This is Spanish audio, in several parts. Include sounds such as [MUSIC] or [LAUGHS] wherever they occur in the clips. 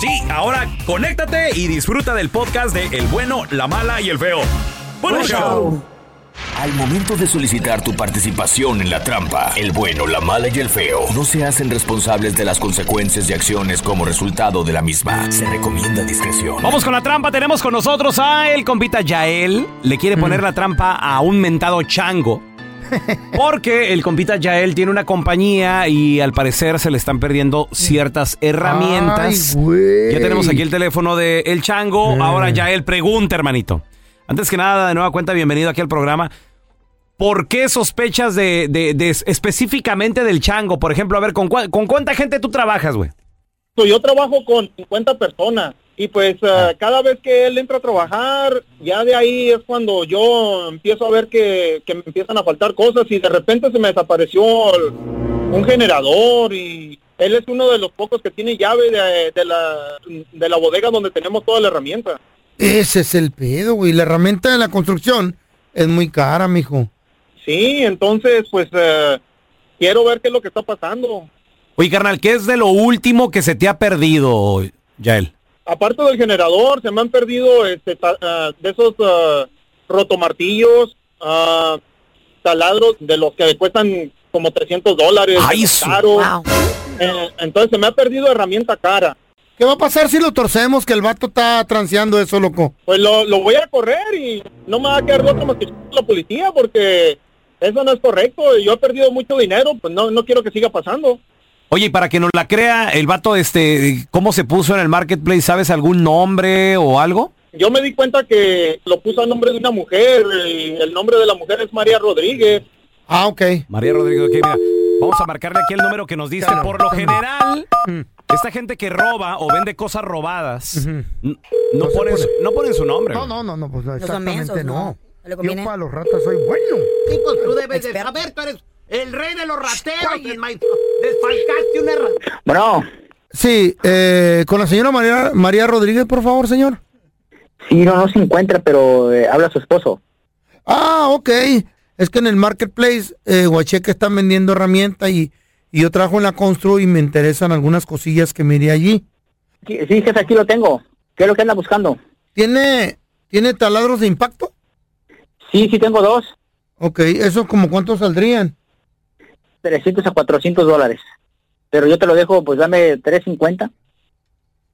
Sí, ahora conéctate y disfruta del podcast de El bueno, la mala y el feo. Buen show. Al momento de solicitar tu participación en la trampa, el bueno, la mala y el feo no se hacen responsables de las consecuencias y acciones como resultado de la misma. Se recomienda discreción. Vamos con la trampa, tenemos con nosotros a el compita Yael. Le quiere poner la trampa a un mentado chango. Porque el compita Yael tiene una compañía y al parecer se le están perdiendo ciertas herramientas. Ay, güey. ya tenemos aquí el teléfono de El Chango. Ahora Yael pregunta, hermanito. Antes que nada, de nueva cuenta, bienvenido aquí al programa. ¿Por qué sospechas de, de- de- específicamente del Chango? Por ejemplo, a ver, ¿con, cua- con cuánta gente tú trabajas, güey? Pues yo trabajo con 50 personas y pues eh, cada vez que él entra a trabajar, ya de ahí es cuando yo empiezo a ver que, que me empiezan a faltar cosas y de repente se me desapareció el- un generador y él es uno de los pocos que tiene llave de, de la, de la bodega donde tenemos toda la herramienta. Ese es el pedo, güey. La herramienta de la construcción es muy cara, mijo. Sí, entonces pues eh, quiero ver qué es lo que está pasando. Oye, carnal, ¿qué es de lo último que se te ha perdido, Yael? aparte del generador, se me han perdido este, ta- ah, de esos ah, rotomartillos, ah, taladros de los que cuestan como 300 dólares. ¡Ay, los su- caros. Wow. Eh, entonces se me ha perdido herramienta cara. ¿Qué va a pasar si lo torcemos que el vato está transeando eso, loco? Pues lo, lo voy a correr y no me va a quedar de otra más que la policía porque eso no es correcto. y Yo he perdido mucho dinero, pues no, no quiero que siga pasando. Oye, y para que nos la crea, el vato, este, ¿cómo se puso en el marketplace? ¿Sabes algún nombre o algo? Yo me di cuenta que lo puso a nombre de una mujer y el nombre de la mujer es María Rodríguez. Ah, ok. María Rodríguez, ok, mira, vamos a marcarle aquí el número que nos diste. Por lo general, esta gente que roba o vende cosas robadas, n- no, se ponen, su- pone. no ponen su nombre. No, güey. no, no, no, pues exactamente exactamente mensos, no. no. ¿no? Le conviene. Yo Yo para pa' los ratas soy bueno. Sí, pues tú debes de Experto. saber, tú eres el rey de los rateros, el maestro. Desfalcaste una ra- Bueno, Sí, eh, con la señora María, María Rodríguez, por favor, señor. sí, no, no se encuentra, pero eh, habla su esposo. Ah, ok. Es que en el marketplace, eh, Huacheca están vendiendo herramientas y, y yo trabajo en la constru y me interesan algunas cosillas que miré allí. Sí, sí, jefe, aquí lo tengo. ¿Qué es lo que anda buscando? ¿Tiene, ¿Tiene taladros de impacto? Sí, sí, tengo dos, Ok, ¿eso como cuánto saldrían? 300 a 400 dólares. Pero yo te lo dejo, pues dame 350.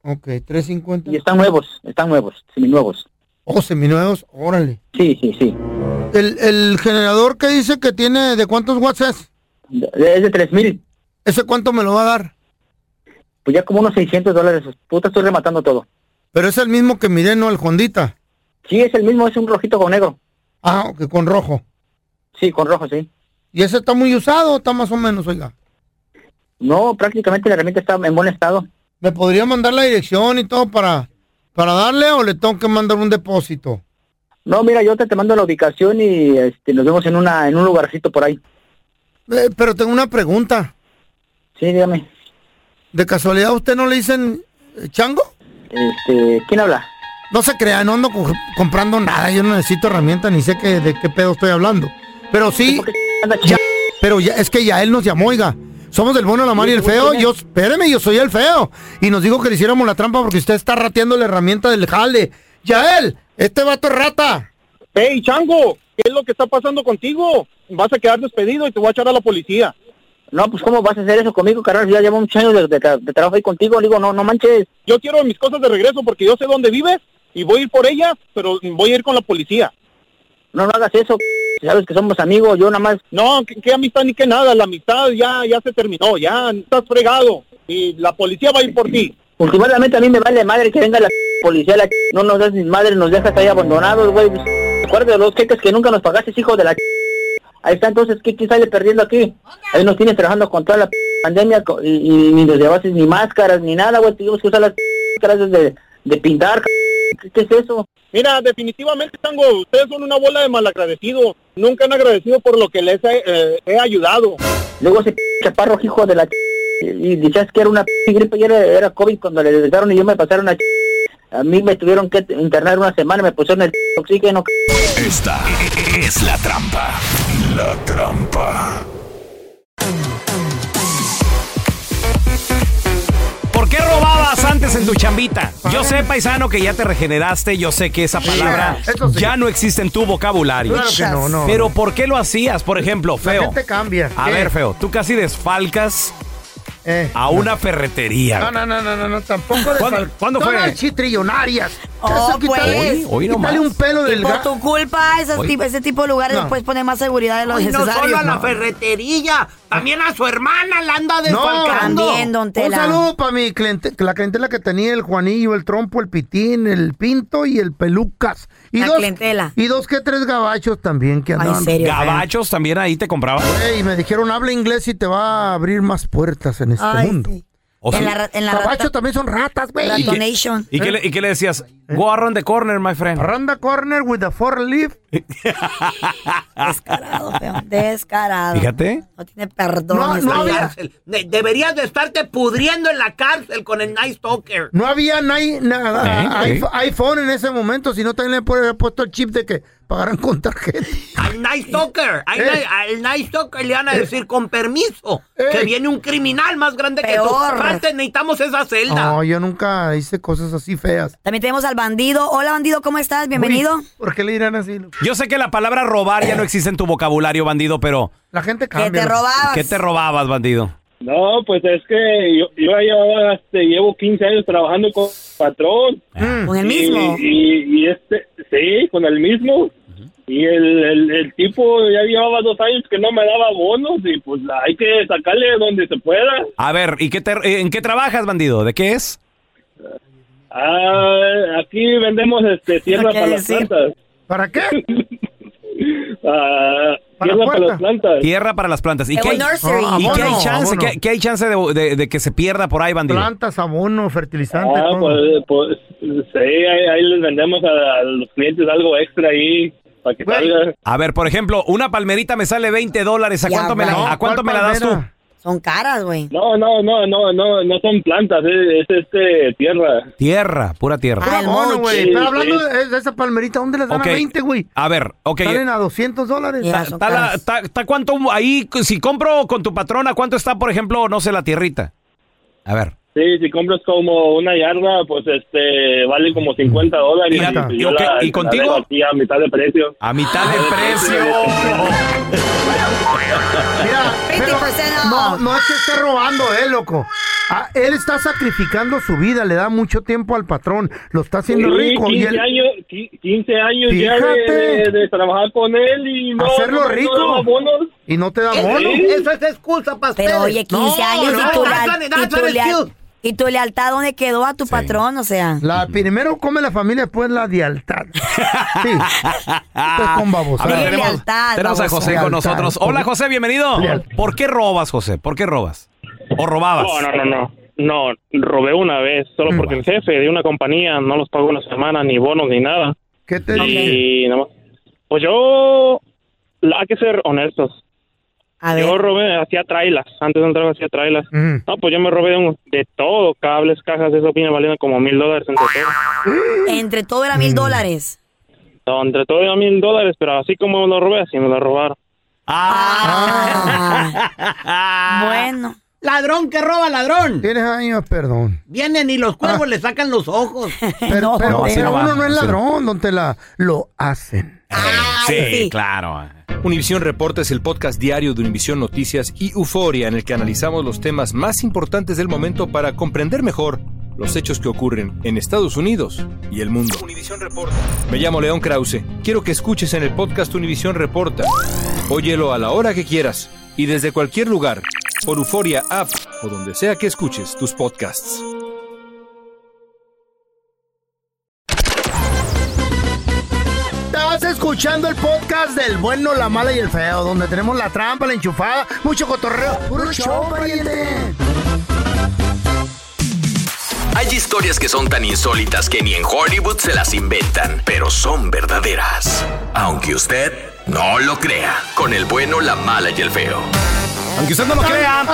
Ok, 350. Y están nuevos, están nuevos, seminuevos. Oh, seminuevos, órale. Sí, sí, sí. El, el generador que dice que tiene, ¿de cuántos watts es? De- Es de 3000. ¿Ese cuánto me lo va a dar? Pues ya como unos 600 dólares. Puta, estoy rematando todo. Pero es el mismo que miré, ¿no? El Hondita. Sí, es el mismo, es un rojito con negro. Ah, ok, con rojo. Sí, con rojo, sí. ¿Y ese está muy usado? Está más o menos, oiga. No, prácticamente la herramienta está en buen estado. ¿Me podría mandar la dirección y todo para, para darle o le tengo que mandar un depósito? No, mira, yo te, te mando la ubicación y este, nos vemos en, una, en un lugarcito por ahí. Eh, pero tengo una pregunta. Sí, dígame. ¿De casualidad a usted no le dicen eh, chango? Este, ¿Quién habla? No se crea, no ando co- comprando nada. Yo no necesito herramienta ni sé qué, de qué pedo estoy hablando. Pero sí, ¿Por qué anda ya, pero ya, es que ya él nos llamó, oiga. Somos del bueno, la mala y el feo. Yo, espéreme, yo soy el feo. Y nos dijo que le hiciéramos la trampa porque usted está rateando la herramienta del jale. Ya él, este vato es rata. Hey, Chango, ¿qué es lo que está pasando contigo? Vas a quedar despedido y te voy a echar a la policía. No, pues ¿cómo vas a hacer eso conmigo, carnal? Ya llevo muchos años de, de tra- de trabajo ahí contigo. Le digo, no, no manches. Yo quiero mis cosas de regreso porque yo sé dónde vives y voy a ir por ellas, pero voy a ir con la policía. No, no hagas eso. Si sabes que somos amigos, yo nada más. No, ¿qué, qué amistad ni qué nada, la amistad ya, ya se terminó, ya estás fregado y la policía va a ir por ti. Últimamente a mí me vale madre que venga la policía, la no nos das ni madre, nos dejas ahí abandonados, güey. Pues, Acuérdate de los queques que nunca nos pagaste, hijo de la Ahí está entonces, ¿qué, qué sale perdiendo aquí? Ahí nos tienes trabajando con toda la pandemia co- y, y ni nos llevaste ni máscaras ni nada, güey. Tuvimos que usar las clases de, de pintar, ¿qué, qué es eso? Mira, definitivamente, Tango, ustedes son una bola de malagradecidos. Nunca han agradecido por lo que les he, eh, he ayudado. Luego ese [LAUGHS] chaparro hijo de la y- y decías que era una gripe y era, era COVID cuando le detectaron y yo me pasaron a a mí me tuvieron que internar una semana, me pusieron el [LAUGHS] oxígeno. Esta es la trampa. La trampa. ¿Por qué robabas antes en tu chambita? Yo sé, paisano, que ya te regeneraste, yo sé que esa palabra Sí, eso sí. ya no existe en tu vocabulario. Claro que no, no. Pero ¿por qué lo hacías? Por ejemplo, la feo. gente cambia. A ¿Qué? ver, feo, tú casi desfalcas Eh. a una ferretería. No, no, no, no, no, no, tampoco de ¿Cuándo- fal- cuándo Son fue? architrillonarias. Oh, Eso, quítale- pues. Hoy- hoy quítale nomás. un pelo Y del por gato. tu culpa, esas Oye. tip- ese tipo de lugares No. puedes poner más seguridad de lo Y no necesario. solo a la No. ferretería, también a su hermana la anda desfalcando. También, don Un Tela. saludo para mi cliente, la clientela que tenía el Juanillo, el Trompo, el Pitín, el Pinto y el Pelucas. Y La dos, clientela. Y dos que tres gabachos también que Ay, andaban. serio, Gabachos también ahí te compraban. Ey, me dijeron, habla inglés y te va a abrir más puertas en este Ay, mundo. sí. Oh, O sea, En la, ra- en la Gabachos rata- también son ratas, güey. Ratonation. ¿Y, qué le, y qué le decías? Go around the corner, my friend. Ronda Eh. corner with a [LAUGHS] four leaf. Descarado, feo. Descarado. Fíjate. No tiene perdón. No, ese no La lugar. había- cárcel. De- deberías de estarte pudriendo en la cárcel con el Nice Talker. No había ni- nada, Eh, eh. iPhone- iPhone en ese momento, si no también le pueden haber puesto el chip de que pagaran con tarjeta. Al Nice Talker. Al, Eh. al Nice Talker le van a decir con permiso Eh. que viene un criminal más grande que Peor. tú. Antes necesitamos esa celda. No, yo nunca hice cosas así feas. También tenemos al bandido. Hola, bandido, ¿cómo estás? Bienvenido. Uy, ¿Por qué le dirán así? Yo sé que la palabra robar ya no existe en tu vocabulario, bandido, pero La gente que cambia. te robabas. ¿qué te robabas, bandido? No, pues es que yo, yo ya llevaba, este, llevo 15 años trabajando con patrón. Ah. Con el Y- mismo. Y, y este, sí, con el mismo. Y el, el, el tipo ya llevaba dos años que no me daba bonos y pues la- hay que sacarle donde se pueda. A ver, ¿y qué te- eh, en qué trabajas, bandido? ¿De qué es? Ah, aquí vendemos este tierra ¿Qué para las decir? plantas. ¿Para [LAUGHS] qué? Ah, ¿Para tierra para puerta? las plantas. Tierra para las plantas. ¿Y Te qué voy hay, nursery. Ah, y qué hay Abono, chance? abono. ¿Qué, qué hay chance de, de- de que se pierda por ahí, bandido? Plantas, abono, fertilizante, Ah, todo. pues, pues sí, ahí, ahí les vendemos a, a los clientes algo extra ahí para que Güey. salga. A ver, por ejemplo, una palmerita me sale 20 dólares. ¿A Ya, cuánto, me güey. la, ¿a cuánto me la das tú? Son caras, güey. No, no, no, no, no, no son plantas, es, es, este tierra. Tierra, pura tierra. Ah, el Abono, mochi. güey. Pero hablando de, de esa palmerita, ¿dónde les dan Ok. a 20, güey? A ver, ok. Salen a 200 dólares. Ya. son ¿Está, la- caras. está- está cuánto ahí? Si compro con tu patrona, ¿cuánto está, por ejemplo, no sé, la tierrita? A ver. Sí, si compras como una yarda, pues este vale como 50 dólares. ¿Y a- pues, y yo ok, la- y la contigo? dejo aquí a mitad de precio. A mitad de precio. Mira, pero 20% no, off. no es que esté robando, eh, loco. Ah, él está sacrificando su vida, le da mucho tiempo al patrón, lo está haciendo Sí, rico. y 15 él- años, qui- 15 años ya de, Fíjate. de- de trabajar con él y no. Hacerlo no- no rico. daba bonos. y no te da Eso- bono. Eso es excusa para Pero oye, 15 años y, tu leal- y tu leal- y tu lealtad, ¿dónde quedó a tu patrón? O sea, La primero come la familia, después la dialtad. Sí. Esto es con A babosada. ver, Dile tenemos, lealtad, tenemos a baboso. José con Lealtad. nosotros. Hola, José, bienvenido. Lealtad. ¿Por qué robas, José? ¿Por qué robas? ¿O robabas? Mm. No, no, no, no. No, robé una vez, solo porque el jefe de una compañía no los pagó una semana, ni bonos, ni nada. ¿Qué te dice? Y nada más. Pues yo, la- hay que ser honestos. a Yo ver. robé, hacía trailas, antes de entrar hacía trailas. Mm. No, pues yo me robé de, un- de todo, cables, cajas, eso vino valiendo como mil dólares entre todo. Entre todo era Mm. mil dólares. No, entre todo era mil dólares, pero así como lo robé, así me lo robaron. Ah, bueno. Ladrón que roba ladrón. Tienes años, perdón. Vienen y los cuervos le sacan los ojos. Pero, No, pero- así pero no va, uno no es así no. ladrón, don Tela. Lo hacen. Eh, Ay, sí, sí. claro. Univisión Reporta es el podcast diario de Univisión Noticias y Euforia en el que analizamos los temas más importantes del momento para comprender mejor los hechos que ocurren en Estados Unidos y el mundo. Univisión Reporta. Me llamo León Krause. Quiero que escuches en el podcast Univisión Reporta. Óyelo a la hora que quieras y desde cualquier lugar, por Euforia App o donde sea que escuches tus [LAUGHS] podcasts. Estás escuchando el podcast del bueno, la mala y el feo, donde tenemos la trampa, la enchufada, mucho cotorreo. ¡Puro show, pariente! Hay historias que son tan insólitas que ni en Hollywood se las inventan, pero son verdaderas. Aunque usted no lo crea, con el bueno, la mala y el feo. [LAUGHS] Aunque usted no lo crea,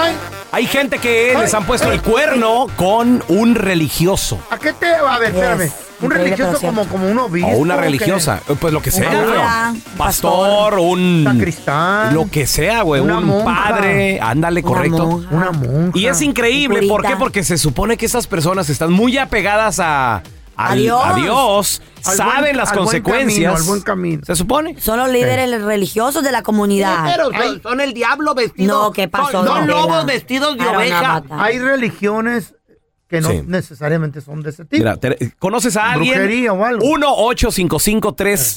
hay gente que les han puesto el cuerno con un religioso. ¿A qué te va? A ver, espérame. Un Increíble, pero religioso cierto. como, como un obispo. o una ¿qué? religiosa. eh, Pues lo que sea, Una güey. abuela, un Pastor, pastor, un. Sacristán. Lo que sea, güey. Una Un monja. padre. Ándale, Una correcto. monja, Una monja. Y es increíble, ¿por qué? Porque se supone que esas personas están muy apegadas a, al- A Dios. a Dios, Al saben buen- las al buen consecuencias. camino, al buen Se supone. Son los líderes religiosos de la comunidad. Pero son, son el diablo vestido. No, ¿qué pasó, Son, don son lobos Tela? vestidos de Para una oveja. bata. Hay religiones que no Sí. necesariamente son de ese tipo. Mira, te- ¿conoces a alguien? Brujería o algo.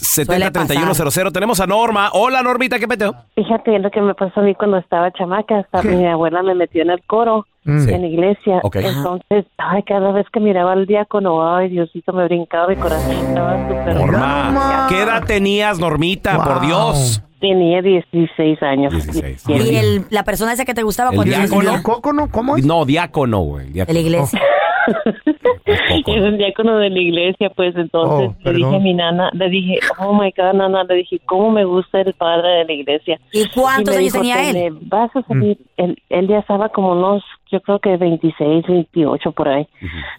1-855-370-3100. Tenemos a Norma. Hola, Normita, ¿qué peteo? Fíjate lo que me pasó a mí cuando estaba chamaca. Hasta mi abuela me metió en el coro, Mm. Sí. en la iglesia. Ok. Entonces, ay, cada vez que miraba al diácono, ay, Diosito, me brincaba mi corazón. Estaba súper... Norma. ¿Qué edad tenías, Normita? Por Dios. Tenía 16 años. Y el- la persona esa que te gustaba El cuando eras diácono. niña. ¿Cómo No, diácono, güey. diácono. De la [LAUGHS] iglesia. Es un diácono de la iglesia, pues entonces le dije a mi nana, le dije, oh my god, nana, le dije, ¿cómo me gusta el padre de la iglesia? ¿Y cuántos me años tenía "Te él? le Vas a salir, él, él ya estaba como unos, yo creo que 26, 28 por ahí.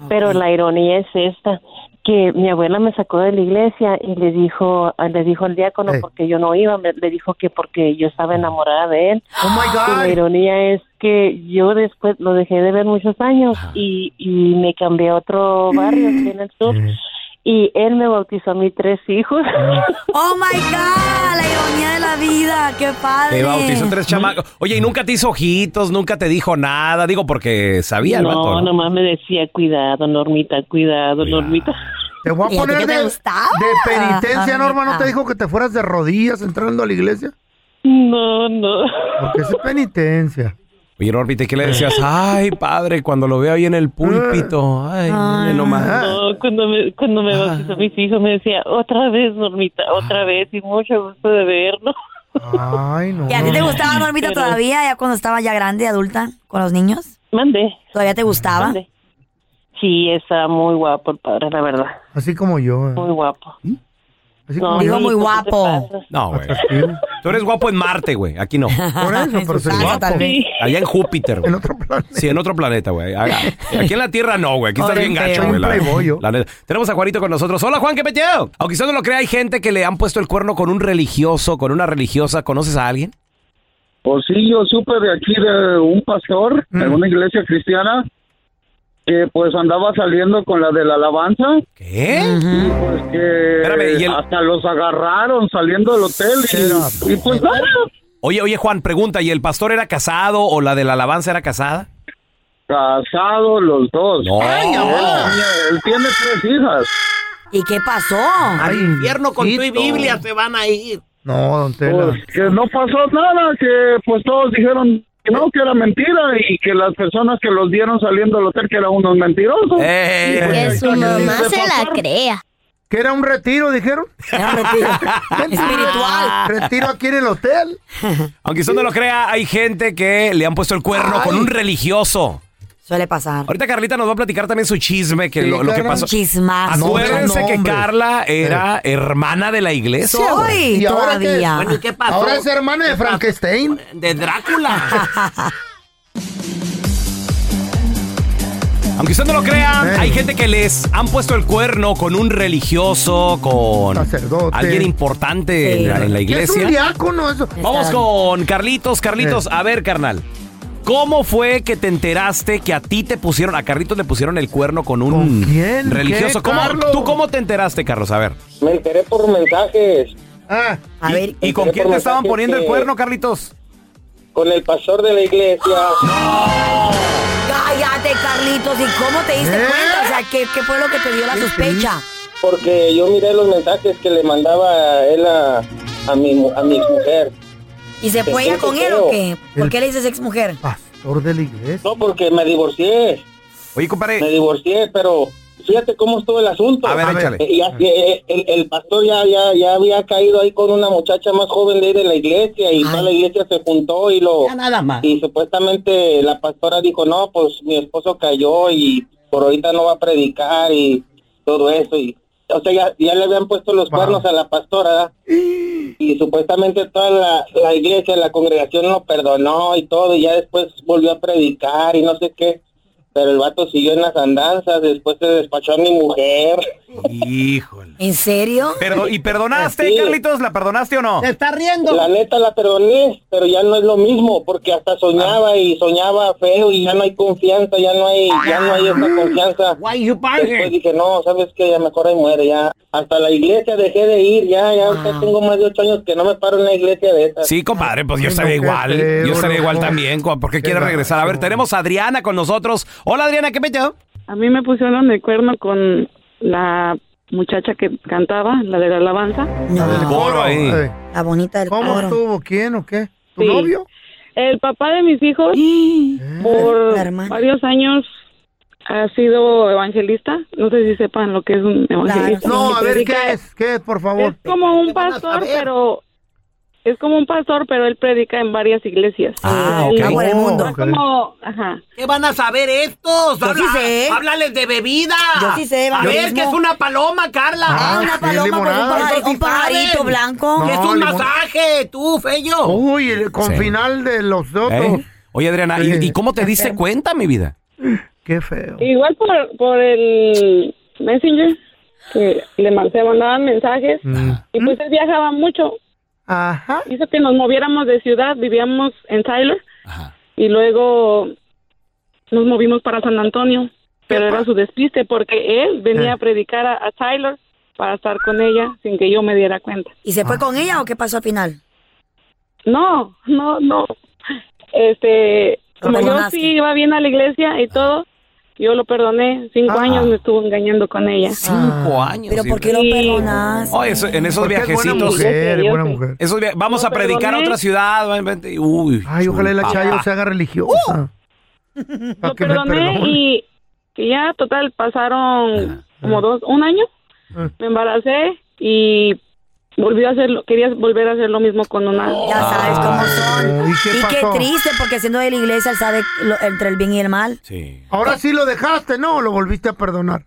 Pero la ironía es esta, que mi abuela me sacó de la iglesia y le dijo, le dijo al diácono, porque yo no iba, me- le dijo que porque yo estaba enamorada de él. Oh my La ironía es que yo después lo dejé de ver muchos años y, y me cambié a otro barrio aquí en el sur. Mm. Y él me bautizó a mí tres hijos. Ah, ¡Oh, my God! La ironía de la vida. ¡Qué padre! Te bautizó tres chamacos. Oye, y nunca te hizo ojitos, nunca te dijo nada. Digo, porque sabía el vato. no, nomás me decía, cuidado, Normita, cuidado, Normita. Te Ah, voy a poner de, de Ah, penitencia, Norma. ¿No te dijo que te fueras de rodillas entrando a la iglesia? No, no. Porque es penitencia. Oye, Normita, ¿y ¿qué le decías? Ay, padre, cuando lo veo ahí en el púlpito. Ay, Ah. mire nomás. No, cuando me, cuando me bautizó mis hijos me decía, otra vez, Normita, Ah. otra vez, y mucho gusto de verlo. Ay, no. ¿Y a ti te gustaba Normita todavía, ya cuando estaba ya grande y adulta, con los niños? Mandé. ¿Todavía te gustaba? Sí, está muy guapo el padre, la verdad. Así como yo. eh. Muy guapo. Así No, Digo muy no, no te guapo. pasas. No, güey. Tú eres guapo en Marte, güey. Aquí no. Por eso, pero soy casa, guapo. tal vez. Allá en Júpiter, güey. En otro planeta. Sí, en otro planeta, güey. Haga- Aquí en la Tierra no, güey. Aquí estás Pobre bien gacho, feo. güey. la- Un playboy, yo. la neta. Tenemos a Juanito con nosotros. Hola, Juan, ¿qué peteo? Aunque usted no lo crea, hay gente que le han puesto el cuerno con un religioso, con una religiosa. ¿Conoces a alguien? Pues sí, yo supe de aquí de un pastor en Mm. una iglesia cristiana que pues andaba saliendo con la de la alabanza. ¿Qué? Pues que hasta los agarraron saliendo del hotel. Y, y, pues nada, Oye, oye, Juan, pregunta. ¿Y el pastor era casado o la de la alabanza era casada? casados los dos. Él tiene- él tiene tres hijas. Ah. ¿Y qué pasó? Al infierno con tu y Diosito. Biblia se van a ir. No, don Tela. Pues que no pasó nada, que pues todos dijeron que no, que era mentira y que las personas que los dieron saliendo del hotel que eran unos mentirosos. Eh. Eh. Y, pues, Que su ahí está, mamá dice, se la crea. Que era un retiro, dijeron. Era un [LAUGHS] retiro. Espiritual. Retiro aquí en el hotel. Aunque usted no lo crea, hay gente que le han puesto el cuerno con un religioso. Suele pasar. Ahorita Carlita nos va a platicar también su chisme, que Sí, lo, lo que Carla. pasó. Un chismazo. Acuérdense No, que hombre. Carla era hermana de la iglesia. güey. ¿Y ahora qué? Bueno, ¿y qué pasó? Ahora es hermana de Frankenstein. De Drácula. [LAUGHS] Aunque usted no lo crea, hay gente que les han puesto el cuerno con un religioso, con alguien importante en, la, en la Es un iglesia. diácono eso. Eh. Vamos con Carlitos, Carlitos, a ver, carnal. ¿Cómo fue que te enteraste que a ti te pusieron, a Carlitos le pusieron el cuerno con un quién? religioso? ¿Qué, ¿Cómo- Carlos? ¿Tú cómo te enteraste, Carlos? A ver. [LAUGHS] Me enteré por mensajes. Ah, a ver. ¿Y con quién te estaban poniendo el cuerno, Carlitos? Con el pastor de la iglesia. ¿Eh? Cállate, Carlitos. ¿Y cómo te diste cuenta? sea, ¿qué, qué fue lo que te dio la sospecha? Porque yo miré los mensajes que le mandaba él a, a mi, mu- a mi mujer. ¿Y se fue ella con él o qué? ¿Por qué le dices ex mujer? Ah. Pastor de la iglesia. No, porque me divorcié. Oye, compadre. Me divorcié, pero fíjate cómo estuvo el asunto. A ver, Eh, échale. y ya- eh, el, el pastor ya, ya, ya había caído ahí con una muchacha más joven de ahí de la iglesia y toda la iglesia se juntó y lo... Ya nada más. Y supuestamente la pastora dijo, no, pues mi esposo cayó y por ahorita no va a predicar y todo eso. y O sea, ya, ya le habían puesto los cuernos a la [GASPS] pastora. ¿verdad? y supuestamente toda la, la iglesia, la congregación lo perdonó y todo, y ya después volvió a predicar y no sé qué, pero el vato siguió en las andanzas, después se despachó a mi mujer. Híjole. ¿En serio? Pero, ¿y perdonaste, Carlitos? ¿La perdonaste o no? está riendo. La neta la perdoné, pero ya no es lo mismo, porque hasta soñaba y soñaba feo y ya no hay confianza, ya no hay, ya no hay esa confianza. Después dije, no, sabes que ya mejor ahí muere, ya. Hasta la iglesia dejé de ir, ya, ya, ahorita tengo más de ocho años que no me paro en la iglesia de esas. Sí, compadre, pues yo Ay, estaría no, qué igual. feo, Yo estaría no, igual no. también. co- ¿Por qué quieres regresar? A ver, tenemos a Adriana con nosotros. Hola, Adriana, ¿qué metió? A mí me pusieron el cuerno con la muchacha que cantaba, la de la alabanza. Coro ahí. La bonita del Ah. ¿Cómo coro. estuvo? ¿Quién o qué? ¿Tu Sí. novio? El papá de mis hijos por varios años ha sido evangelista. No sé si sepan lo que es un evangelista. No, a ver, Predica- ¿qué es? ¿Qué es, por favor? Es como un pastor, pero es como un pastor, pero él predica en varias iglesias. Ah, Él- ok. Por el mundo. Es como, ajá. ¿Qué van a saber estos? Habla- Háblales de bebida. Yo sí sé, A ver, evangelismo. que es una paloma, Carla. Ah, una sí, paloma con un limonada. pajar- Entonces, un pajarito ¿saben? blanco. Que es No, un limón- masaje, tú, feyo. Uy, el- con Sí. final de los dos. ¿Eh? Oye, Adriana, ¿y, y cómo te diste cuenta, mi vida? Qué feo. Igual por, por el Messenger, que le man- se mandaban mensajes. Y pues él viajaba mucho. Ah. [LAUGHS] Ajá. Hizo que nos moviéramos de ciudad, vivíamos en Tyler. Y luego nos movimos para San Antonio. Pero era su despiste porque él venía Eh. a predicar a, a Tyler para estar con ella sin que yo me diera cuenta. ¿Y se fue con ella o qué pasó al final? No, no, no. Este, como yo perdonaste. sí iba bien a la iglesia y todo, yo lo perdoné. Cinco Ah. años me estuvo engañando con ella. Cinco años. ¿Pero por qué Irene. lo perdonaste? Oye, eso- en esos Porque es buena viajecitos. mujer, Sí, yo buena sé. mujer. Esos via- vamos Lo a predicar a perdoné. otra ciudad. va, vente, y- Uy. Uh. Ay, ojalá la chupa. Chayo se haga religiosa. lo que me perdoné perdone. y, y ya total pasaron como dos un año Ah. me embaracé y volví a hacerlo quería volver a hacer lo mismo con una Ah. ya sabes cómo son ¿Y qué y qué pasó? triste porque siendo de la iglesia él sabe lo- entre el bien y el mal sí Ahora sí lo dejaste, ¿no? ¿O lo volviste a perdonar?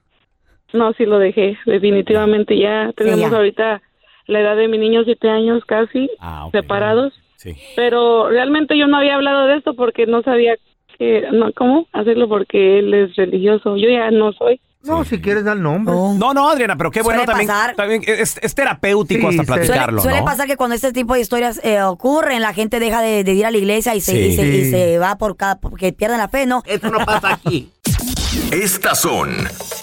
no sí lo dejé definitivamente ya tenemos ya. ahorita la edad de mi niño siete años casi separados Ah, Sí. pero realmente yo no había hablado de esto porque no sabía que no cómo hacerlo porque él es religioso yo ya no soy No, si quieres dar nombre. No, no, Adriana, pero qué bueno Suele también. pasar. también e, es, es terapéutico Sí, hasta sí. platicarlo, suele ¿no? pasar que cuando este tipo de historias eh, ocurren la gente deja de, de ir a la iglesia y se, Sí. y se, y Sí. se va por cada porque pierden la fe no eso no [LAUGHS] pasa aquí Estas son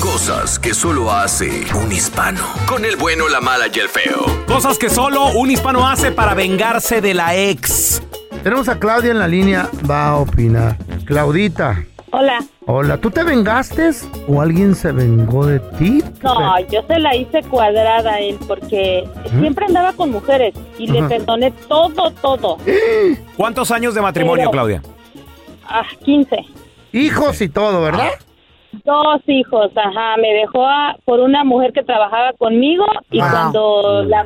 cosas que solo hace un hispano. Con el bueno, la mala y el feo. Cosas que solo un hispano hace para vengarse de la ex. Tenemos a Claudia en la línea. Va a opinar. Claudita. Hola. Hola. ¿Tú te vengaste o alguien se vengó de ti? No, yo se la hice cuadrada a él porque ¿Mm? siempre andaba con mujeres y le Ajá. perdoné todo, [GASPS] todo. ¿Cuántos años de matrimonio, Oh. Pero- Claudia? Ah, 15. Hijos y todo, ¿verdad? Ah. Dos hijos, ajá. Me dejó a- por una mujer que trabajaba conmigo y Wow. Mm. cuando la,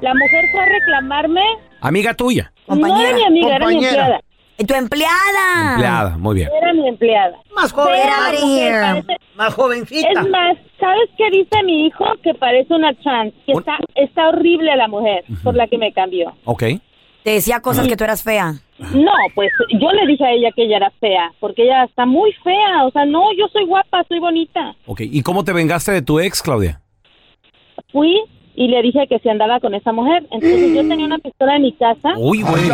la mujer fue a reclamarme, Amiga tuya. no era mi amiga, era mi empleada. tu empleada Empleada, muy bien. Era mi empleada. Más joven, Pero más la mujer, mujer parece- Más jovencita. Es más, ¿sabes qué dice mi hijo? Que parece una trans, que está, está horrible la mujer por la que me cambió. Ok. te decía cosas que tú eras fea No, pues yo le dije a ella que ella era fea, porque ella está muy fea, o sea, no, yo soy guapa, soy bonita. Ok. ¿Y cómo te vengaste de tu ex, Claudia? Fui y le dije que se andaba con esa mujer, entonces yo tenía una pistola en mi casa. Uy, güey.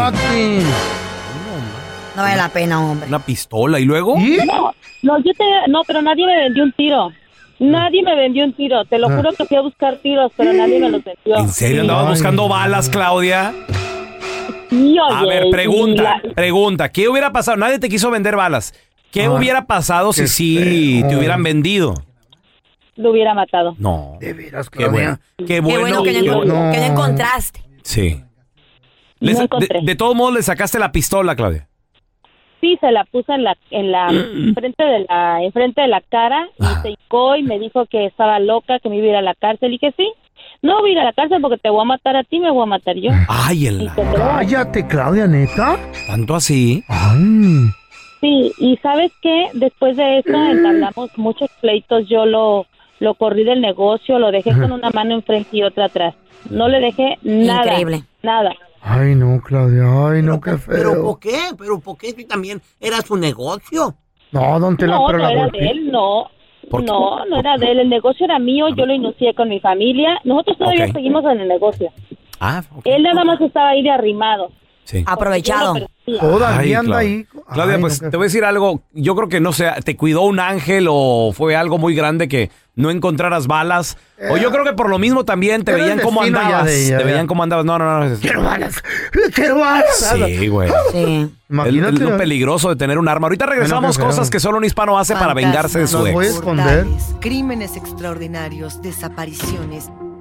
no vale la pena hombre Una pistola. ¿Y luego? No, no, yo te- no, pero nadie me vendió un tiro. Nadie me vendió un tiro, te lo Ah. juro que fui a buscar tiros, pero nadie me los vendió. ¿En serio andabas buscando balas, Claudia? Sí, oye, A ver, y pregunta, la- pregunta. ¿Qué hubiera Ah, pasado? Nadie te quiso vender balas. ¿Qué hubiera pasado si sí te hubieran vendido? lo hubiera matado. No. De veras, Qué bueno. Qué bueno, que no, No. que no encontraste. Sí. Le sa- de, de todos modos, le sacaste la pistola, Claudia. Sí, se la puso en la [CLEARS THROAT] en la frente de la enfrente de la cara y Ah. se hincó y me dijo que estaba loca, que me iba a ir a la cárcel y que sí. No voy a ir a la cárcel porque te voy a matar a ti, me voy a [LAUGHS] matar yo. Ay, el... Cállate, Claudia, ¿neta? ¿Tanto así? Sí, y sabes qué, después de eso Mm. entablamos muchos pleitos, yo lo lo corrí del negocio, lo dejé Ajá. con una mano enfrente y otra atrás. No le dejé nada. Increíble. Nada. Ay, no, Claudia, ay, no, qué ¿Pero feo. por qué? ¿Pero por qué? Si también era su negocio. No, don Tela, no, pero no la era golpeé. de él, no. ¿Por qué? No, no era de él. El negocio era mío, yo lo inicié con mi familia. Nosotros todavía Ok. seguimos en el negocio. Ah, Él nada más estaba ahí de arrimado. Sí. Aprovechado. Ay, Todavía anda Claudia. ahí. Claudia, pues te voy a decir algo. Yo creo que no sé, te cuidó un ángel o fue algo muy grande que no encontraras balas. O yo creo que por lo mismo también te Eh, Era el veían cómo destino ya andabas. de ella, te ya. veían cómo andabas. No, no, no. es- Quiero balas, quiero balas. Sí, güey. Sí. Es- Es, lo peligroso de tener un arma. Ahorita regresamos Qué feo. cosas que solo un hispano hace para vengarse de su Los ex. voy a esconder. Portales, Crímenes extraordinarios, desapariciones,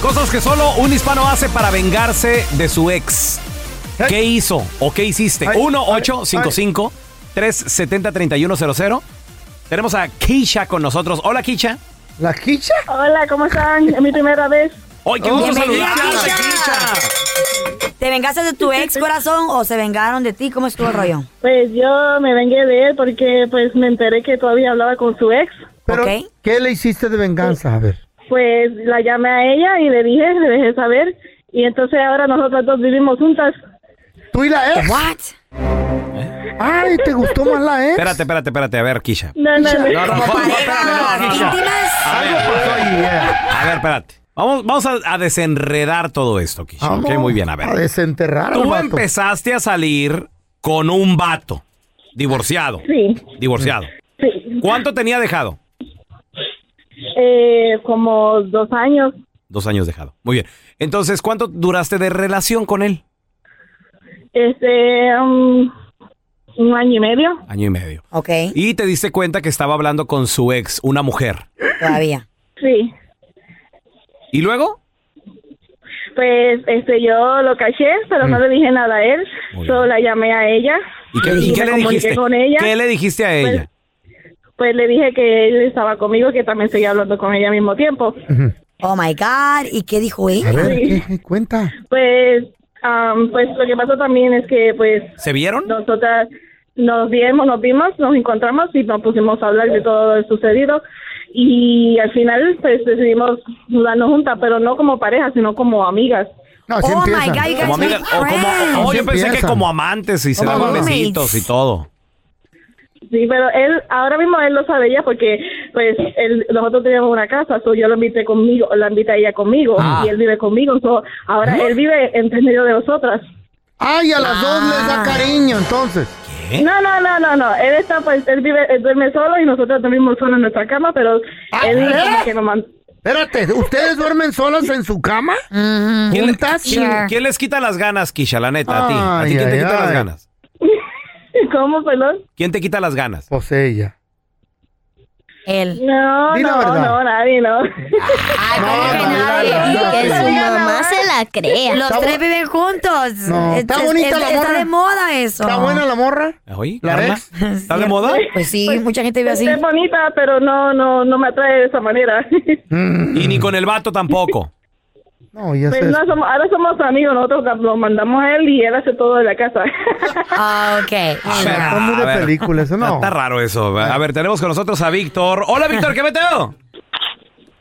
Cosas que solo un hispano hace para vengarse de su ex. ¿Qué hizo o qué hiciste? Ay, 1-855-370-3100. Tenemos a Keisha con nosotros. Hola, Keisha. ¿La Kicha? Hola, ¿cómo están? Es mi primera Pues, vez. ¡Ay, qué gusto Bienvenida, saludarte, Keisha. Keisha! ¿Te vengaste de tu ex corazón o se vengaron de ti? ¿Cómo estuvo el rollo? Pues yo me vengué de él porque pues me enteré que todavía hablaba con su ex. Pero, ¿qué le hiciste de venganza? A ver. Pues la llamé a ella y le dije, le dejé saber. Y entonces ahora nosotras dos vivimos juntas. ¿Tú y la ex? Ay, ¿te gustó más la ex? Espérate, espérate, espérate. A ver, Keisha. [LAUGHS] No, no, No, no, no. no, espérate, no, no, no. A ver, ¿eh? A ver, espérate. Vamos, vamos a, a desenredar todo esto, Keisha. Vamos Ok, muy bien, a ver. A desenterrar al Tú vato. empezaste a salir con un vato. Divorciado. Sí, Divorciado. sí. ¿Cuánto tenía dejado? Eh, como dos años, Dos años dejado. Muy bien. Entonces, ¿cuánto duraste de relación con él? este, um, un año y medio. Año y medio. Ok. Y te diste cuenta que estaba hablando con su ex, una mujer. Todavía. Sí. ¿Y luego? Pues este, yo lo caché, pero no le dije nada a él. Solo la llamé a ella. Mm. ¿Y qué, Sí, y qué me le comuniqué dijiste? con ella. ¿Qué le dijiste a ella? Pues le dije que él estaba conmigo, que también seguía hablando con ella al mismo tiempo. Oh my God. ¿Y qué dijo ella? A ver, ¿qué- cuenta. Pues, am, pues lo que pasó también es que, pues. ¿Se vieron? Nosotras nos vimos, nos vimos, nos encontramos y nos pusimos a hablar de todo lo sucedido. Y al final, pues decidimos mudarnos juntas, pero no como pareja, sino como amigas. No, así Oh my empiezan. God, you guys Como amiga- make o como- oh, friends. yo Así pensé que empiezan. como amantes y se Como daban roommates. besitos y todo. Sí, pero él, ahora mismo él lo sabe ya porque, pues, él- nosotros teníamos una casa, so yo lo invité conmigo, la invité a ella conmigo, Ah. y él vive conmigo, so ahora él vive entre medio de nosotras. Ah. Ay, a las dos les da cariño, entonces. No, no, no, no, no, él está, pues, él vive, él duerme solo y nosotros dormimos solo en nuestra cama, pero él ¿eh? como que nos manda. Espérate, ¿ustedes duermen solas en su cama? ¿Quién, le- ¿Juntas? quién- quién les quita las ganas, Kisha? La neta, a ti. ¿A Ay, ti quién te ay, quita las ay. ganas? [LAUGHS] ¿Cómo, perdón? ¿Quién te quita las ganas? Pues ella. Él. No, Di la no, verdad. no, nadie, no. que su mamá se la crea. Los tres viven juntos. ¿eh? Este, No, está Es- bonita es- la Está morra. de moda eso. ¿Está buena la morra? ¿Oye, ¿La Carla? ex? ¿Está de moda? Pues sí, mucha gente ve así. Es bonita, pero no, no, no me atrae de esa manera. Y ni con el vato tampoco. Mm. No, [LAUGHS] ya Pues sé. no, somos- ahora somos amigos, nosotros lo mandamos a él y él hace todo de la casa. Ah, [LAUGHS] ok. Está muy de A ver. película, eso no. Está raro eso. A ver, tenemos con nosotros a Víctor. Hola, Víctor, ¿qué meteo?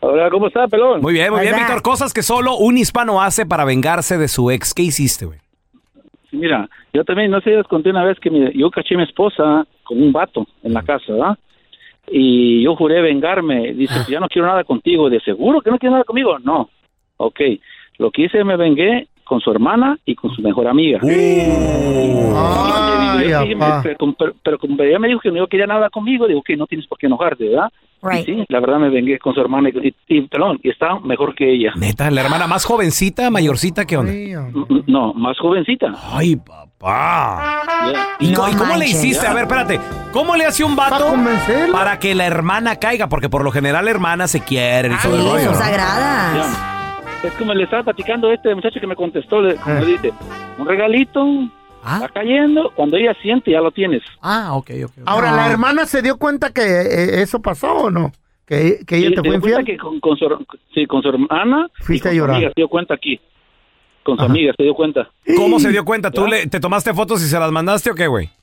Hola, ¿cómo está, pelón? Muy bien, muy bien, Hola. Víctor. Cosas que solo un hispano hace para vengarse de su ex. ¿Qué hiciste, güey? Mira, yo también, no sé, yo les conté una vez que mi- yo caché a mi esposa con un vato en la casa, ¿verdad? y yo juré vengarme. Dice, "Pues ya no quiero nada contigo. De seguro que no quieres nada conmigo. No. Ok. Lo que hice, me vengué con su hermana y con su mejor amiga. Y yo dije, apá. pero, como- pero- pero como ella me dijo que no quería nada conmigo, digo que no tienes por qué enojarte, ¿verdad? Y Right. sí, la verdad me vengué con su hermana y, y- y, perdón, y estaba mejor que ella. Mm, Neta, la hermana más jovencita, mayorcita, ¿qué onda? M- No, más jovencita. Ay, papá. ¿Y, No co- y cómo le manches. hiciste? A ver, espérate. ¿Cómo le hace un vato para que la hermana caiga? Porque por lo general la hermana se quiere y todo el rollo. ¿no? Ya. Es como le estaba platicando a este muchacho que me contestó, le- como Ah. le dice, un regalito, va cayendo, cuando ella siente ya lo tienes. Ah, ok, ok. Ahora, ¿la hermana se dio cuenta que eh, eso pasó o no? ¿Que, que ella Sí, te fue se dio cuenta infiel? que con, con su, sí, con su hermana Fuiste a y con su llorar. amiga se dio cuenta aquí. Con su Ajá. amiga se dio cuenta. ¿Cómo se dio cuenta? ¿Tú ¿Ya? le, te tomaste fotos y se las mandaste o qué, güey? ¿Eh?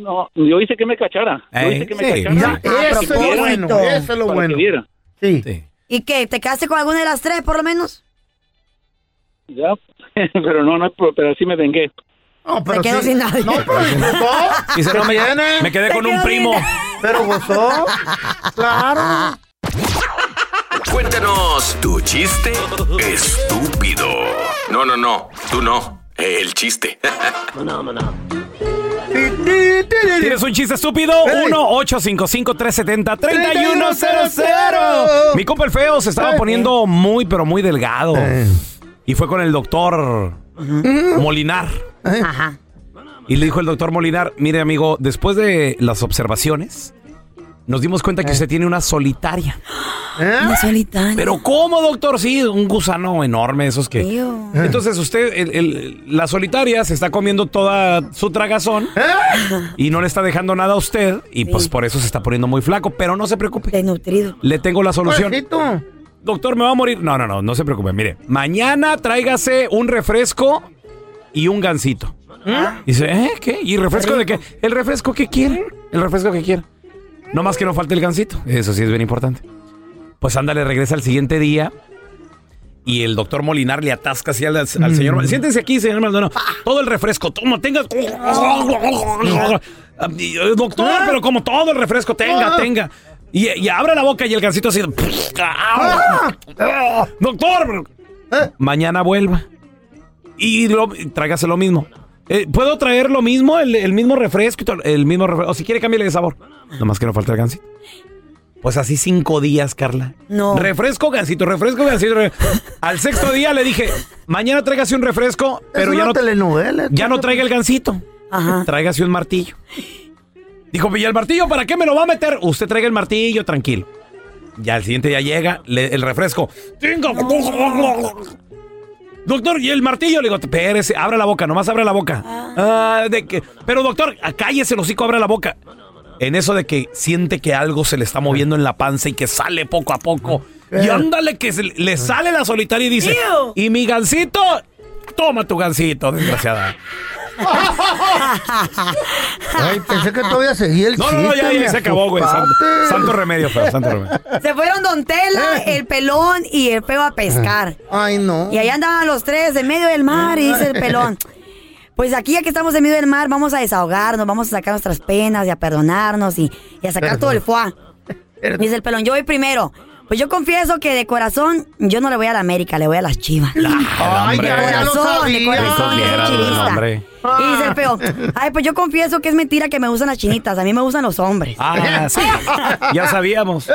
No, yo hice que me cachara. Yo Ey, hice que me sí. ah, cachara. Ya, Para eso que es lo viera, bueno, para eso es lo que bueno. viera. Sí. ¿Y qué? ¿Te quedaste con alguna de las tres, por lo menos? Ya, [LAUGHS] pero no, no, pero, pero sí me vengué. No, pero quedo sin nadie. No, pero disfrutó. Dice, no, me, me quedé Te con un quedo primo. Pero gozó. Claro. Cuéntanos tu chiste estúpido. No, no, no, tú no. El chiste. [LAUGHS] ¿Tienes un chiste estúpido? 1-855-370-3100. 3100. Mi compa el feo se estaba Eh. poniendo muy, pero muy delgado. Y fue con el doctor Molinar. Ajá. Y le dijo el doctor Molinar, mire amigo, después de las observaciones, nos dimos cuenta que usted tiene una solitaria. Una solitaria. Pero ¿cómo, doctor? Sí, un gusano enorme, esos que... Entonces usted, el- el- la solitaria, se está comiendo toda su tragazón y no le está dejando nada a usted y pues por eso se está poniendo muy flaco, pero no se preocupe. Desnutrido. Le tengo la solución. Doctor, me va a morir. No, no, no, no se preocupe. Mire, mañana tráigase un refresco y un gansito. Dice, ¿eh? ¿Qué? ¿Y refresco de qué? ¿El refresco que quiere? El refresco que quiere. No más que no falte el gansito. Eso sí es bien importante. Pues ándale, regresa al siguiente día. Y el doctor Molinar le atasca así al, al señor. Mal- Siéntese aquí, señor Maldonado. Todo el refresco. Toma, tenga. eh, Doctor, pero como todo el refresco, tenga, Ah. tenga. Y, y abre la boca y el gansito así. Ah. Doctor. Mañana vuelva. Y lo, tráigase lo mismo. Eh, ¿Puedo traer lo mismo? El, el mismo refresco. y todo? El mismo refresco. O si quiere, cámbiale de sabor. Nomás que no falta el gansito. Pues así cinco días, Carla. No. Refresco, gansito, refresco, gansito. re- Al sexto día le dije, mañana tráigase un refresco, pero ya una no, telenovela. ya no traiga el gansito. Tráigase un martillo. Dijo, ¿y el martillo para qué me lo va a meter? Usted traiga el martillo, tranquilo. Ya al siguiente día llega le- el refresco. Tenga. Doctor, ¿y el martillo? Le digo, espérese, abra la boca, nomás abra la boca. Ah, de que- pero doctor, ah, cállese el hocico, abra la boca. En eso de que siente que algo se le está moviendo en la panza y que sale poco a poco. Y ándale que se le- le sale la solitaria y dice, ¿y mi gancito? Toma tu gancito, desgraciada. [LAUGHS] [LAUGHS] Ay, pensé que todavía seguía el No, no, no, ya, chiste, ya, me se acabó, güey. asustaste. Santo, santo remedio, feo, santo [LAUGHS] remedio. Se fueron Don Tela, el pelón y el feo a pescar. Ay, no. Y allá andaban los tres en medio del mar y dice el pelón. Pues aquí ya que estamos en medio del mar, vamos a desahogarnos, vamos a sacar nuestras penas y a perdonarnos y, y a sacar todo el foie. Dice el pelón, yo voy primero. Pues yo confieso que de corazón yo no le voy a la América, le voy a las chivas. Ay, ya, ya lo sabía. Qué comiera, chivista. hombre. Y dice el feo, ay, pues yo confieso que es mentira que me gustan las chinitas, a mí me gustan los hombres. Ah, [LAUGHS] sí. Ya sabíamos.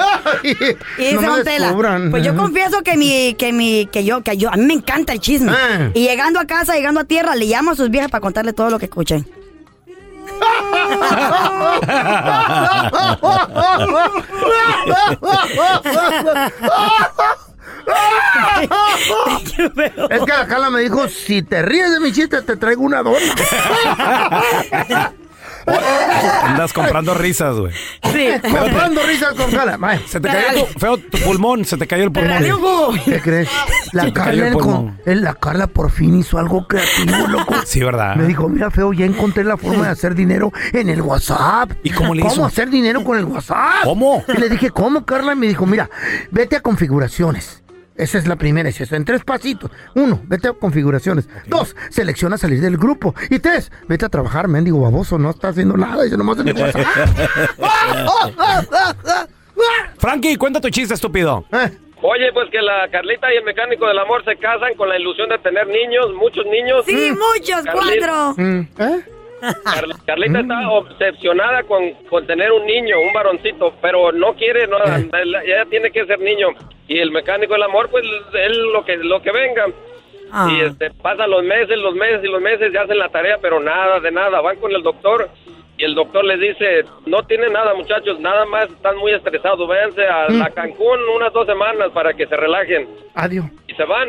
Y dice No me Don Tela, descubran. pues yo confieso que mi, que mi, que yo, que yo, a mí me encanta el chisme. Eh. Y llegando a casa, llegando a tierra, le llamo a sus viejas para contarle todo lo que escuché. Es que la Carla me dijo, si te ríes de mi chiste, te traigo una dona. Andas comprando risas, güey. Sí. Comprando risas con Carla. Vaya. Se te cayó tu, feo tu pulmón, se te cayó el pulmón. ¿Qué crees? La Se cayó Carla, el el pulmón. con- el- la Carla por fin hizo algo creativo, loco. Sí, ¿verdad? Me dijo, mira, feo, ya encontré [LAUGHS] la forma de hacer dinero en el WhatsApp. ¿Y cómo le hizo? hacer dinero con el WhatsApp? ¿Cómo? Y le dije, ¿cómo, Carla? Y me dijo, mira, vete a configuraciones. Esa es la primera, es eso, en tres pasitos. Uno, vete a configuraciones. Dos, selecciona salir del grupo. Y tres, vete a [LAUGHS] Oh. trabajar, mendigo baboso, no está haciendo nada, yo nomás en el WhatsApp. Frankie, cuenta tu chiste, estúpido. Oye, pues que la Carlita y el mecánico del amor se casan con la ilusión de tener niños, muchos niños. Sí, muchos, Carli- cuatro. Carl- Carlita está obsesionada con, con tener un niño, un varoncito, pero no quiere, no, él- ella tiene que ser niño. Y el mecánico del amor, pues él lo que, lo que venga. Ah. Y este, pasan los meses, los meses y los meses y hacen la tarea, pero nada, de nada. Van con el doctor y el doctor les dice, no tiene nada muchachos, nada más están muy estresados, váyanse a, Mm. a Cancún unas dos semanas para que se relajen. Adiós. Y se van.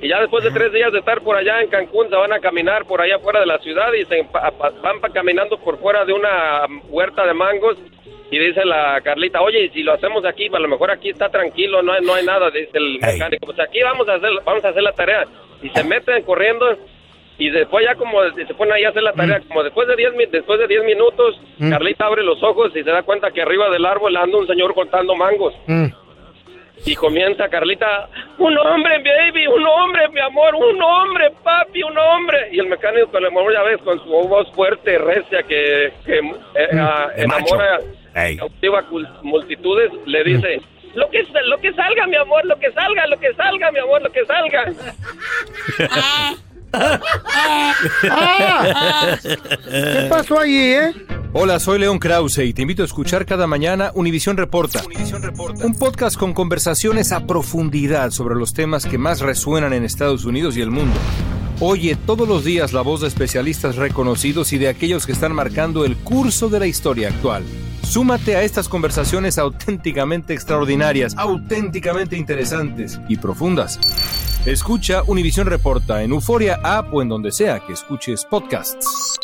Y ya después de tres días de estar por allá en Cancún, se van a caminar por allá afuera de la ciudad y se empa- pa- van pa- caminando por fuera de una huerta de mangos. Y dice la Carlita, oye, ¿y si lo hacemos aquí, a lo mejor aquí está tranquilo, no hay, no hay nada, dice el mecánico. Pues aquí vamos a hacer, vamos a hacer la tarea. Y se meten corriendo y después ya como se ponen ahí a hacer la tarea, como después de 10 mi- después de 10 minutos, Mm. Carlita abre los ojos y se da cuenta que arriba del árbol anda un señor cortando mangos. Y comienza Carlita, un hombre, baby, un hombre, mi amor, un hombre, papi, un hombre. Y el mecánico con el amor, ya ves, con su voz fuerte, recia, que, que, eh, ah, de enamora, Ey. cautiva cul- multitudes, le dice, lo que, sa- lo que salga, mi amor, lo que salga, lo que salga, mi amor, lo que salga. ¿Qué pasó allí, eh? Hola, soy León Krause y te invito a escuchar cada mañana Univisión Reporta. Un podcast con conversaciones a profundidad sobre los temas que más resuenan en Estados Unidos y el mundo. Oye todos los días la voz de especialistas reconocidos y de aquellos que están marcando el curso de la historia actual. Súmate a estas conversaciones auténticamente extraordinarias, auténticamente interesantes y profundas. Escucha Univisión Reporta en Euforia App o en donde sea que escuches podcasts.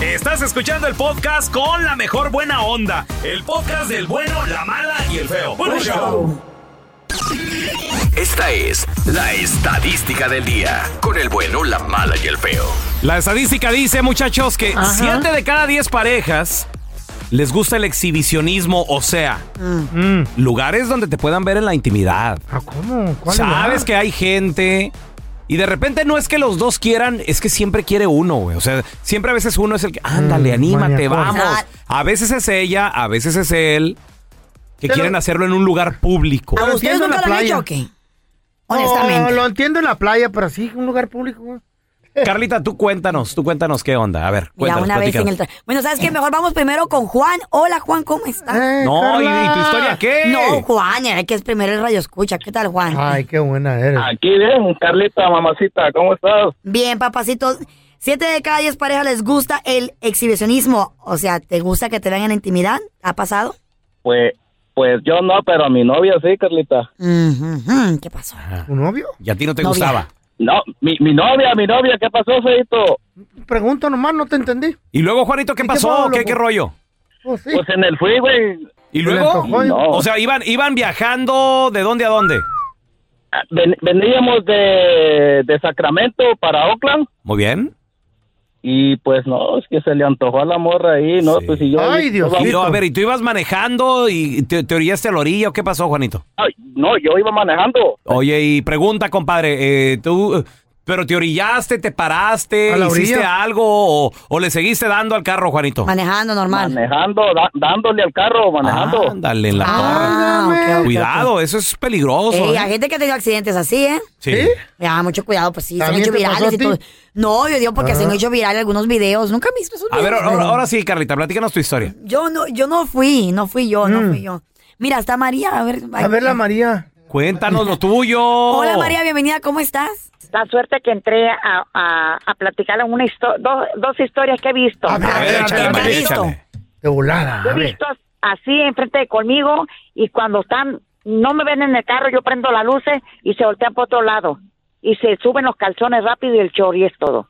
Estás escuchando el podcast con la mejor buena onda. El podcast del bueno, la mala y el feo. Bueno, show. Esta es la estadística del día. Con el bueno, la mala y el feo. La estadística dice, muchachos, que Ajá. 7 de cada 10 parejas les gusta el exhibicionismo, o sea, lugares donde te puedan ver en la intimidad. ¿Cómo? ¿Cuál Sabes que hay gente. Y de repente no es que los dos quieran, es que siempre quiere uno, güey. O sea, siempre a veces uno es el que, ándale, anímate, maniacón. vamos. A veces es ella, a veces es él, que Pero- quieren hacerlo en un lugar público. Lo entiendo en la playa. Honestamente. No, lo entiendo en la playa, pero sí, un lugar público. güey. Carlita, tú cuéntanos, tú cuéntanos qué onda. A ver, Mira, cuéntanos, una vez en el... platícanos. tra- Bueno, ¿sabes qué? Mejor vamos primero con Juan. Hola, Juan, ¿cómo estás? No, ¿y- y tu historia qué? No, Juan, hay que primero el radio escucha. ¿Qué tal, Juan? Ay, qué buena eres. Aquí bien, Carlita, mamacita, ¿cómo estás? Bien, papacito. Siete de cada diez parejas les gusta el exhibicionismo. O sea, ¿te gusta que te vean en la intimidad? ¿Ha pasado? Pues, pues yo no, pero a mi novia sí, Carlita. Mm. ¿Qué pasó? ¿Tu novio? ¿Y a ti no te Novia. gustaba? No, mi, mi novia, mi novia, ¿qué pasó, Feito? Pregunto nomás, no te entendí. Y luego, Juanito, ¿qué ¿Y qué pasó? pablo, ¿Qué, qué pues? rollo? Pues sí. Pues en el freeway. ¿Y Se le luego? antojó y- No. O sea, iban, iban viajando de dónde a dónde. Ah, Ven- veníamos de, de Sacramento para Oakland Muy bien. y pues no, es que se le antojó a la morra ahí, ¿no? Pues y yo... yo- Y luego, a ver, ¿y tú ibas manejando y te, te orillaste a la orilla o qué pasó, Juanito? Ay, no, yo iba manejando. Oye, y pregunta, compadre, eh, tú, eh, ¿pero te orillaste, te paraste, ¿A la hiciste orilla? algo o, o le seguiste dando al carro, Juanito? Manejando normal. Manejando, da- dándole al carro, manejando. Ándale, en la Ah, torre. Cuidado, eso es peligroso. Ey, ¿eh? hay gente que ha tenido accidentes así, ¿eh? Sí. ¿Sí? Ya, mucho cuidado, pues sí, se han ¿También hecho te pasó virales a y ti? todo. No, yo digo porque Ah. se han hecho virales algunos videos. Nunca he visto esos A ver, videos, ahora, pero- ahora sí, Carlita, platícanos tu historia. Yo no, yo no fui, no fui yo, Mm. no fui yo. Mira, está María, a ver. A ver la María. Cuéntanos lo tuyo. Hola Oh. María, bienvenida, ¿cómo estás? La suerte que entré a, a, a platicar una histo- dos, dos historias que he visto. De volada. Yo he visto así enfrente de conmigo y cuando están, no me ven en el carro, yo prendo las luces y se voltean por otro lado. Y se suben los calzones rápido y el chori es [LAUGHS] todo.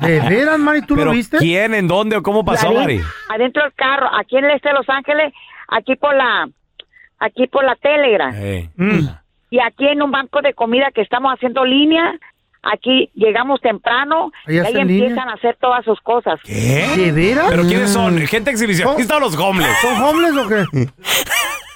¿De veras, Mari? ¿Tú ¿Pero lo viste? ¿Quién, en dónde o cómo pasó, La vi Mari? Adentro del carro, aquí en el este de Los Ángeles, aquí por la, aquí por la Eh. Telegram. Ey. Mm. Y aquí en un banco de comida que estamos haciendo línea, aquí llegamos temprano Ahí y ahí hacen empiezan línea. a hacer todas sus cosas. Oh, ¿Eh? ¿De veras? Mm. ¿Pero quiénes son? ¿Gente exhibicionista o los homeless? ¿Son homeless o qué?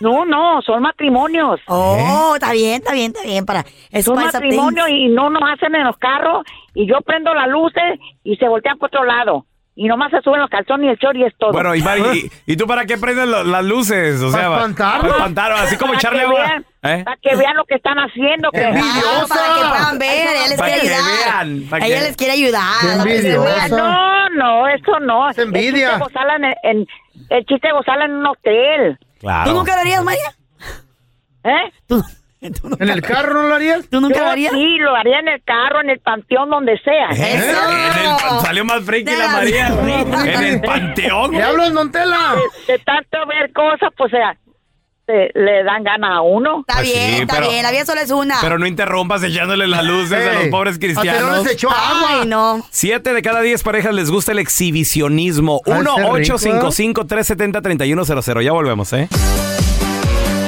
No, no, son ¿Eh? matrimonios. Oh, está bien, está bien, está bien. Para, es Son para esa matrimonios y no nos hacen en los carros y yo prendo las luces y se voltean por otro lado. y nomás se suben los calzones y el short y es todo. Bueno, y, [LAUGHS] Mari, ¿y, y tú para qué prendes lo- las luces? O sea, Para espantarlos. Para espantarlos, así como Para echarle que agua. vean, ¿Eh? Para que vean lo que están haciendo. Que Ah, para que puedan ver, ella les Para quiere que ayudar. vean, para ella que- les quiere ayudar. Qué no que se envidiosa. vean. No, no, eso no. Es envidia. El chiste gozala en, en- el chiste gozala en un hotel. Claro. ¿Tú nunca lo harías, Maya? ¿Eh? [LAUGHS] ¿En el carro no lo harías? ¿Tú nunca Yo lo harías? Sí, lo haría en el carro, en el panteón, donde sea. ¿Eh? ¿Eh? En el pan- salió más friki la María. En el panteón. [LAUGHS] en Montela? De, de tanto ver cosas, pues, o sea, te- le dan ganas a uno. Está Pues bien, sí, está pero- bien. La vida solo es una. Pero no interrumpas echándole las luces a los Ey, pobres Aterón cristianos. les echó agua. Ay, no. Siete de cada diez parejas les gusta el exhibicionismo. Ay, Ah, qué rico. 1-855-370-3100. Ya volvemos, ¿eh?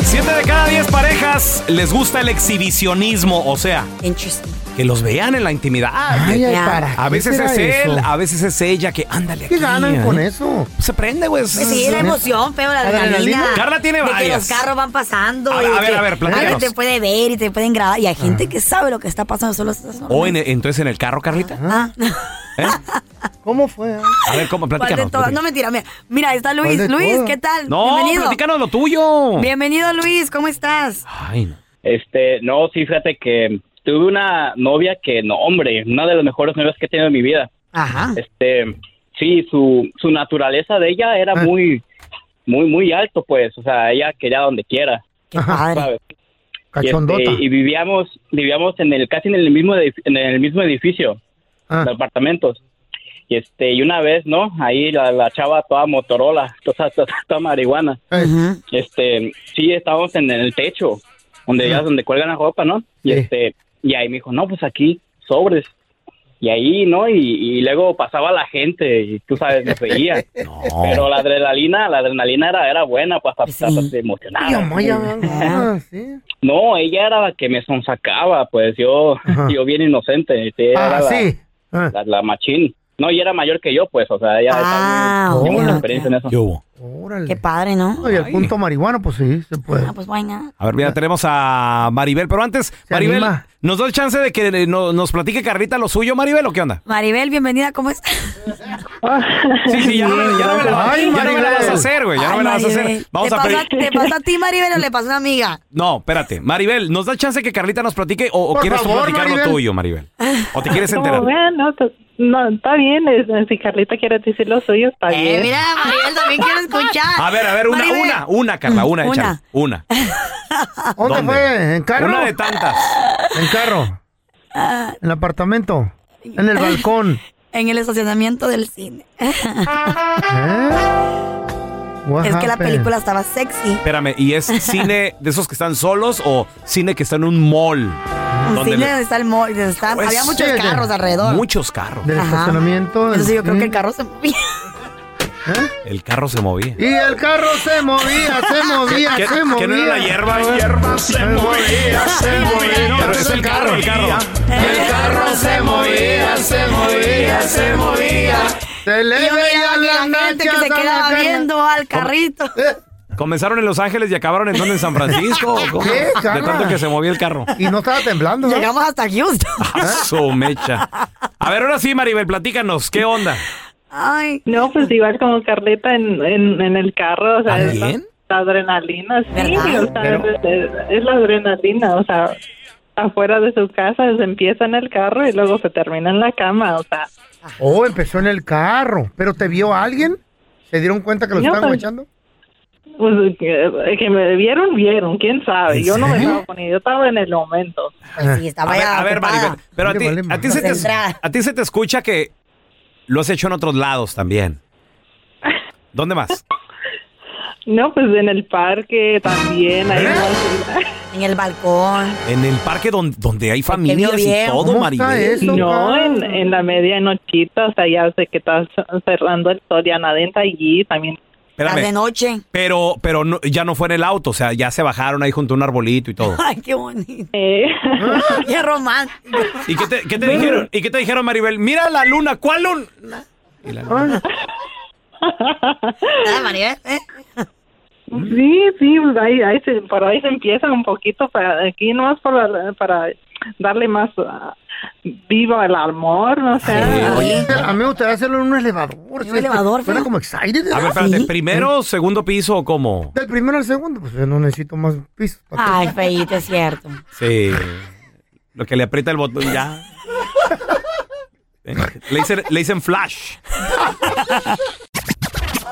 Siete de cada diez parejas les gusta el exhibicionismo, o sea, Interesting. que los vean en la intimidad. Ay, ay, ¿para a qué veces será es él, eso? a veces es ella que ándale aquí. ¿Qué ganan ¿eh? con eso? Se prende, güey. Pues sí, la emoción, feo, la Adrenalina. adrenalina. Carla tiene de que varias. los carros van pasando. A y ver, de a ver, que a ver, platícanos. alguien te puede ver y te pueden grabar. Y hay gente Ah. que sabe lo que está pasando. Solo estás O en- entonces en el carro, Carlita. ¿Cómo fue? A ver, ¿cómo? Ah. ¿Cuál de Platícanos. todas? No, platícanos. mentira, mira, mira, está Luis. ¿Cuál de Luis, todas? ¿qué tal? No, Bienvenido. platícanos lo tuyo. Bienvenido, Luis, ¿cómo estás? Este, no, sí, fíjate que tuve una novia que, no, hombre, una de las mejores novias que he tenido en mi vida. Ajá. Este, sí, su, su naturaleza de ella Ah. era muy, muy, muy alto, pues, o sea, ella quería donde quiera. ¿sabes? Y, este, Cachondota. y vivíamos, vivíamos en el, casi en el mismo, edif- en el mismo edificio, Ah. de apartamentos. Y este, y una vez, ¿no? Ahí la, la chava toda Motorola, [LAUGHS] toda, toda, toda marihuana. Este, sí, estábamos en el techo, donde ya, donde cuelgan la ropa, ¿no? Y este, y ahí me dijo, no, pues aquí, sobres. Y ahí, ¿no? Y, y luego pasaba la gente y tú sabes, [LAUGHS] me reía. Pero la adrenalina, la adrenalina era, era buena, pues hasta, hasta te emocionaba. Ah, sí. No, ella era la que me sonsacaba, pues yo, yo bien inocente. este, Era Ah, la, sí. la, la machín. No, y era mayor que yo, pues, o sea, ella Ah, tenía mucha bueno. experiencia en eso. Qué padre, ¿no? Y el punto marihuano, pues sí, se puede. Ah, pues vaina. A ver, mira, tenemos a Maribel, pero antes, Maribel, anima? ¿nos da el chance de que eh, no- nos platique Carlita lo suyo, Maribel, o qué onda? Maribel, bienvenida, ¿cómo estás? Sí, sí, ya, no me- ya no me la, Ay, ya no me la Maribel. vas a hacer, güey, ya no Ay, me la vas a hacer. Maribel. Vamos ¿Te, a pasa, pedir- ¿Te pasa a ti, Maribel, o le pasa a una amiga? No, espérate, Maribel, ¿nos da el chance que Carlita nos platique o, o Por quieres favor, tú platicar Maribel. lo tuyo, Maribel? ¿O te quieres Como enterar? vean, no, to- no, está bien. es- Si Carlita quiere decir lo suyo, está bien. Eh, Mira, Maribel, también quiero escuchar. A ver, a ver, una, Maribel. una, una, Carla, una, Una. échale, una. ¿Dónde, fue? ¿En carro? Una de tantas. ¿En carro? Ah. ¿En el apartamento? ¿En el balcón? [LAUGHS] En el estacionamiento del cine. ¿Eh? What es que la happened? película estaba sexy. Espérame, ¿y es cine de esos que están solos o cine que está en un mall? Un Donde cine le- donde está el mall, donde están- Pues, había muchos sí, de- carros alrededor. Muchos carros. Del Ajá. estacionamiento. Entonces yo creo que el carro se movía. El carro se movía. Y el carro se movía, se movía, ¿Qué- se qué no movía. era la hierba, güey? se movía, se Pero es el carro, el carro. carro se movía, se movía, se movía. Se le Y yo veía miraba que las la gente que nachas se a la quedaba Carla. viendo al carrito. Comenzaron en Los Ángeles y acabaron en donde en San Francisco. ¿o cómo? ¿Qué, De Carla? tanto que se movía el carro. [LAUGHS] Y no estaba temblando. Llegamos hasta [LAUGHS] Houston. A su mecha. A ver, ahora sí, Maribel, platícanos, ¿qué onda? Ay. No, pues igual como Carlita en, en, en el carro, o Ah, sea, es la, la adrenalina, sí, o sea, es, es- es la adrenalina, o sea, afuera de su casa se empieza en el carro y luego se termina en la cama, o sea, Oh, empezó en el carro. ¿Pero te vio alguien? ¿Se dieron cuenta que lo No, estaban pues- guachando? pues, que, que me vieron, vieron, quién sabe, ¿En yo no me serio? estaba poniendo, yo estaba en el momento. Pues A ver, a ver, Maribel, pero a ti, a, ti se te, Concentrada. a ti se te escucha que lo has hecho en otros lados también. ¿Dónde más? No, pues en el parque también, ¿Eh? ahí no- En el balcón. En el parque donde, donde hay familias y bien. todo, Maribel. No, en, en la medianochita, o sea, ya sé que está cerrando el sol, ya nadie está allí, también. Espérame. noche. Pero, pero no- ya no fue en el auto, o sea, ya se bajaron ahí junto a un arbolito y [LAUGHS] todo. Ay, qué bonito. Eh. Qué romántico. ¿Y qué te, qué te dijeron? ¿Y qué te dijeron, Maribel? Mira la luna, ¿cuál luna? Y la luna. Ah, Maribel, ¿eh? Sí, sí, pues, ahí, ahí se, por ahí se empieza un poquito, para, aquí nomás para, para darle más ah, viva el amor, no sé. A mí me gustaría hacerlo en un elevador. ¿sí? elevador, Suena como excited. A ver, ¿verdad? espérate, Sí. ¿primero, segundo piso o cómo? Del primero al segundo, pues yo no necesito más pisos. Ay, feíto, es cierto. Sí. Lo que le aprieta el botón ya. Eh, Le dicen, le dicen flash.